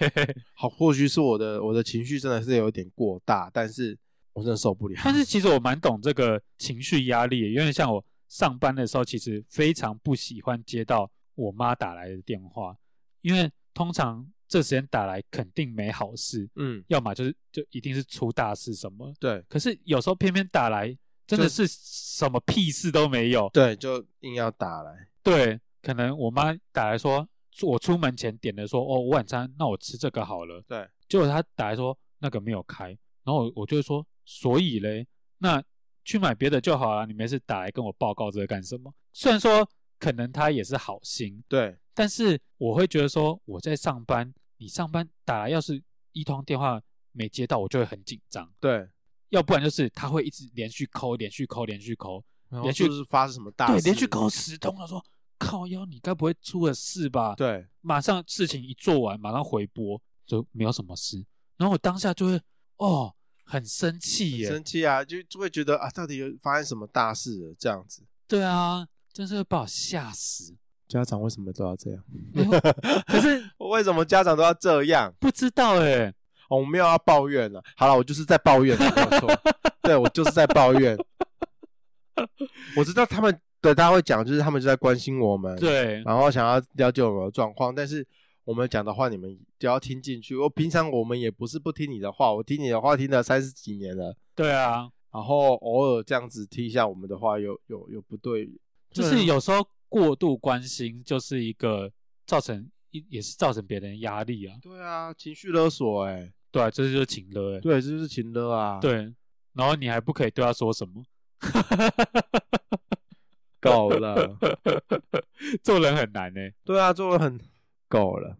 B: 好，或许是我的我的情绪真的是有点过大，但是我真的受不了。
A: 但是其实我蛮懂这个情绪压力的，有点像我上班的时候，其实非常不喜欢接到我妈打来的电话，因为通常这时间打来肯定没好事，
B: 嗯，
A: 要么就是就一定是出大事什么。
B: 对
A: 可是有时候偏偏打来，真的
B: 就是
A: 什么屁事都没有。
B: 对，就硬要打来，
A: 对，可能我妈打来说，我出门前点的说，哦，我晚餐那我吃这个好了。
B: 对，
A: 结果她打来说那个没有开，然后我我就会说，所以嘞，那去买别的就好了，你没事打来跟我报告这个干什么？虽然说可能她也是好心，
B: 对
A: 但是我会觉得说我在上班，你上班打来要是一通电话没接到，我就会很紧张。
B: 对，
A: 要不然就是他会一直连续抠，连续抠，连续抠，
B: 然后
A: 连
B: 是
A: 续
B: 不是发生什么大事？
A: 对，连续抠十通。他说：“靠腰，你该不会出了事吧？”，
B: 对，
A: 马上事情一做完，马上回拨，就没有什么事。然后我当下就会哦，很生气
B: 很
A: 耶
B: 生，气啊，就就会觉得啊，到底有发生什么大事了？这样子，
A: 对啊，真是会把我吓死。
B: 家长为什么都要这样？
A: 哎呦可是
B: 为什么家长都要这样？
A: 不知道哎，
B: 哦，我没有要抱怨了。好了，我就是在抱怨，没有 错。对我就是在抱怨。 我知道他们对大家会讲，就是他们就在关心我 们，
A: 对
B: 然后想要了解我们的状况，但是我们讲的话你们就要听进去。我平常我们也不是不听你的话，我听你的话听了三十几年了，
A: 对啊，
B: 然后偶尔这样子听一下我们的话，有有有不对，
A: 就是有时候过度关心就是一个造成也是造成别人压力啊，
B: 对啊，情绪勒索哎、
A: 对啊，这就是情勒哎。
B: 对，这就是情勒啊，，
A: 对，然后你还不可以对他说什么，
B: 够了，
A: 做人很难呢、欸
B: 对啊，做的很够了，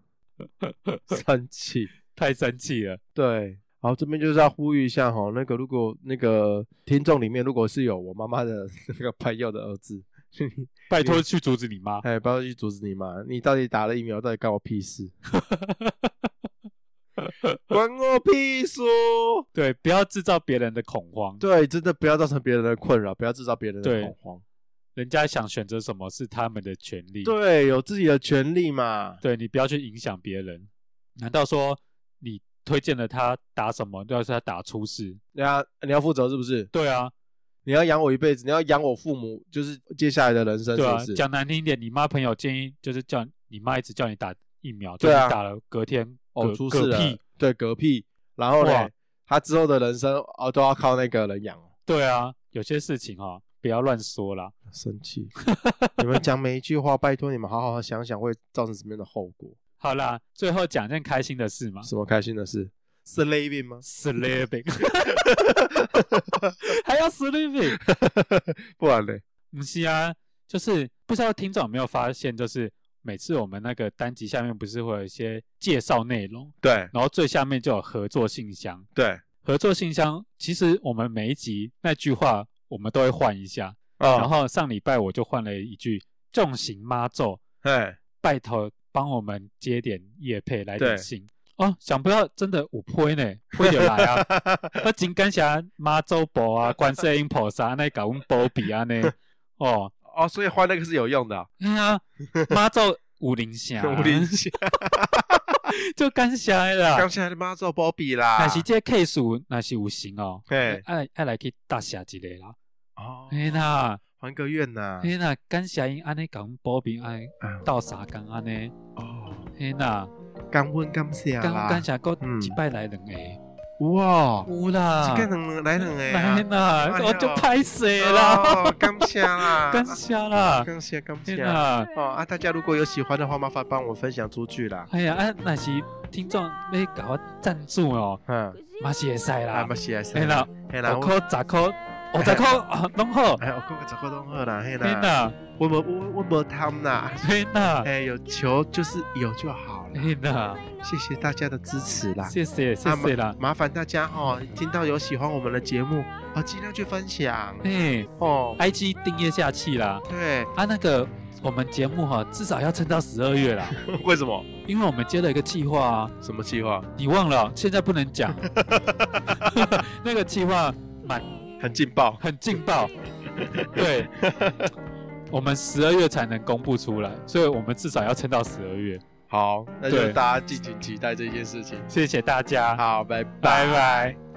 B: 生气。
A: 太生气了。
B: 对，好，这边就是要呼吁一下哈，那个如果那个听众里面如果是有我妈妈的 那个朋友的儿子，
A: 拜托去阻止你妈，
B: 哎，不要去阻止你妈，你到底打了疫苗，到底干我屁事？ 关我屁事！哦
A: 对，不要制造别人的恐慌。
B: 对，真的不要造成别人的困扰，不要制造别人的
A: 对
B: 恐慌。
A: 人家想选择什么是他们的权利。
B: 对，有自己的权利嘛。
A: 对你不要去影响别人。难道说你推荐了他打什么，要是他打出事？
B: 对啊，你要负责是不是？
A: 对啊，
B: 你要养我一辈子，你要养我父母，就是接下来的人生
A: 对
B: 是
A: 啊
B: 不是？。
A: 讲难听一点，你妈朋友建议就是叫你妈一直叫你打疫苗，
B: 对啊
A: 就你打了隔天
B: 哦，
A: 嗝
B: 出事
A: 嗝
B: 了
A: 屁。，
B: 对，嗝屁。然后呢
A: 哇，
B: 他之后的人生哦都要靠那个人养哦。
A: 对啊，有些事情哦，不要乱说啦。
B: 生气， 你们讲每一句话，拜托你们好好想想会造成什么样的后果。
A: 好啦，最后讲件开心的事 嘛。？
B: 什么开心的事？是 living 吗
A: sleeping，还要 sleeping，
B: 不然嘞，
A: 不是啊，就是不知道听众有没有发现，就是每次我们那个单集下面不是会有一些介绍内容，
B: 对
A: 然后最下面就有合作信箱。
B: 对
A: 合作信箱，其实我们每一集那句话我们都会换一下，然
B: 哦，
A: 后上礼拜我就换了一句“重型妈咒
B: 哎，”，
A: 拜托帮我们接点叶配来
B: 对
A: 点信哦。想不到真的五坡呢，会有来啊！我真感谢妈祖婆啊，观世音菩萨那搞阮保庇啊呢，哦，
B: 哦，所以换那个是有用的 啊，，
A: 哎呀，妈祖有灵性啊
B: 林香，
A: 就感谢的
B: 刚
A: 啦。
B: 才他妈做包庇啦，
A: 但是这个 case 那是有型哦，
B: 啊嘿
A: 爱爱来去大谢一个啦。
B: 哦，
A: 哎呐，
B: 还个愿呐，
A: 哎呐，感谢因安尼甲阮啊保庇安
B: 嗯
A: 到啥讲安尼，
B: 哦，
A: 哎呐，
B: 感恩感谢啊
A: 感
B: 啦
A: 感，谢过
B: 嗯
A: 一摆来两个，
B: 哇，
A: 有啦
B: 这，个能来能哎
A: 哎
B: 啊，
A: 呐
B: 哎，呦
A: 我就拍谁
B: 哦
A: 啦，
B: 感谢 啦，
A: 感谢啦，
B: 感谢感
A: 哎
B: 谢。
A: 呐。
B: 哦啊！大家如果有喜欢的话，麻烦帮我分享出去啦。
A: 哎呀，啊，若是听众要甲我赞助哦，
B: 嗯，
A: 嘛是会使
B: 啊，
A: 啦
B: 嘛。是啊，是
A: 嘿啦，
B: 嘿啦，
A: 五
B: 我
A: 箍十箍五十箍啊拢好。
B: 哎，我讲个十块都好 啦，嘿
A: 嘿
B: 啦，
A: 呐，
B: 我无我我无贪啦，
A: 嘿呐，
B: 哎，有求就是有就好了。
A: 嘿呐，
B: 谢谢大家的支持啦，
A: 谢谢谢
B: 啊
A: 谢啦。
B: 麻烦大家哦，听到有喜欢我们的节目哦，尽量去分享
A: 哎
B: 哦。
A: ，IG 订阅下去啦。
B: 对，
A: 啊，那个我们节目哈，至少要撑到十二月 啦，
B: 为什么？
A: 因为我们接了一个计划啊，
B: 什么计划？
A: 你忘了，现在不能 讲。 那个计划蛮
B: 很劲爆，
A: 很劲爆，对，我们十二月才能公布出来，所以我们至少要撑到十二月。
B: 好，那就
A: 对
B: 大家敬请期待这件事情。
A: 谢谢大家，
B: 好，拜
A: 拜
B: 拜。
A: 拜。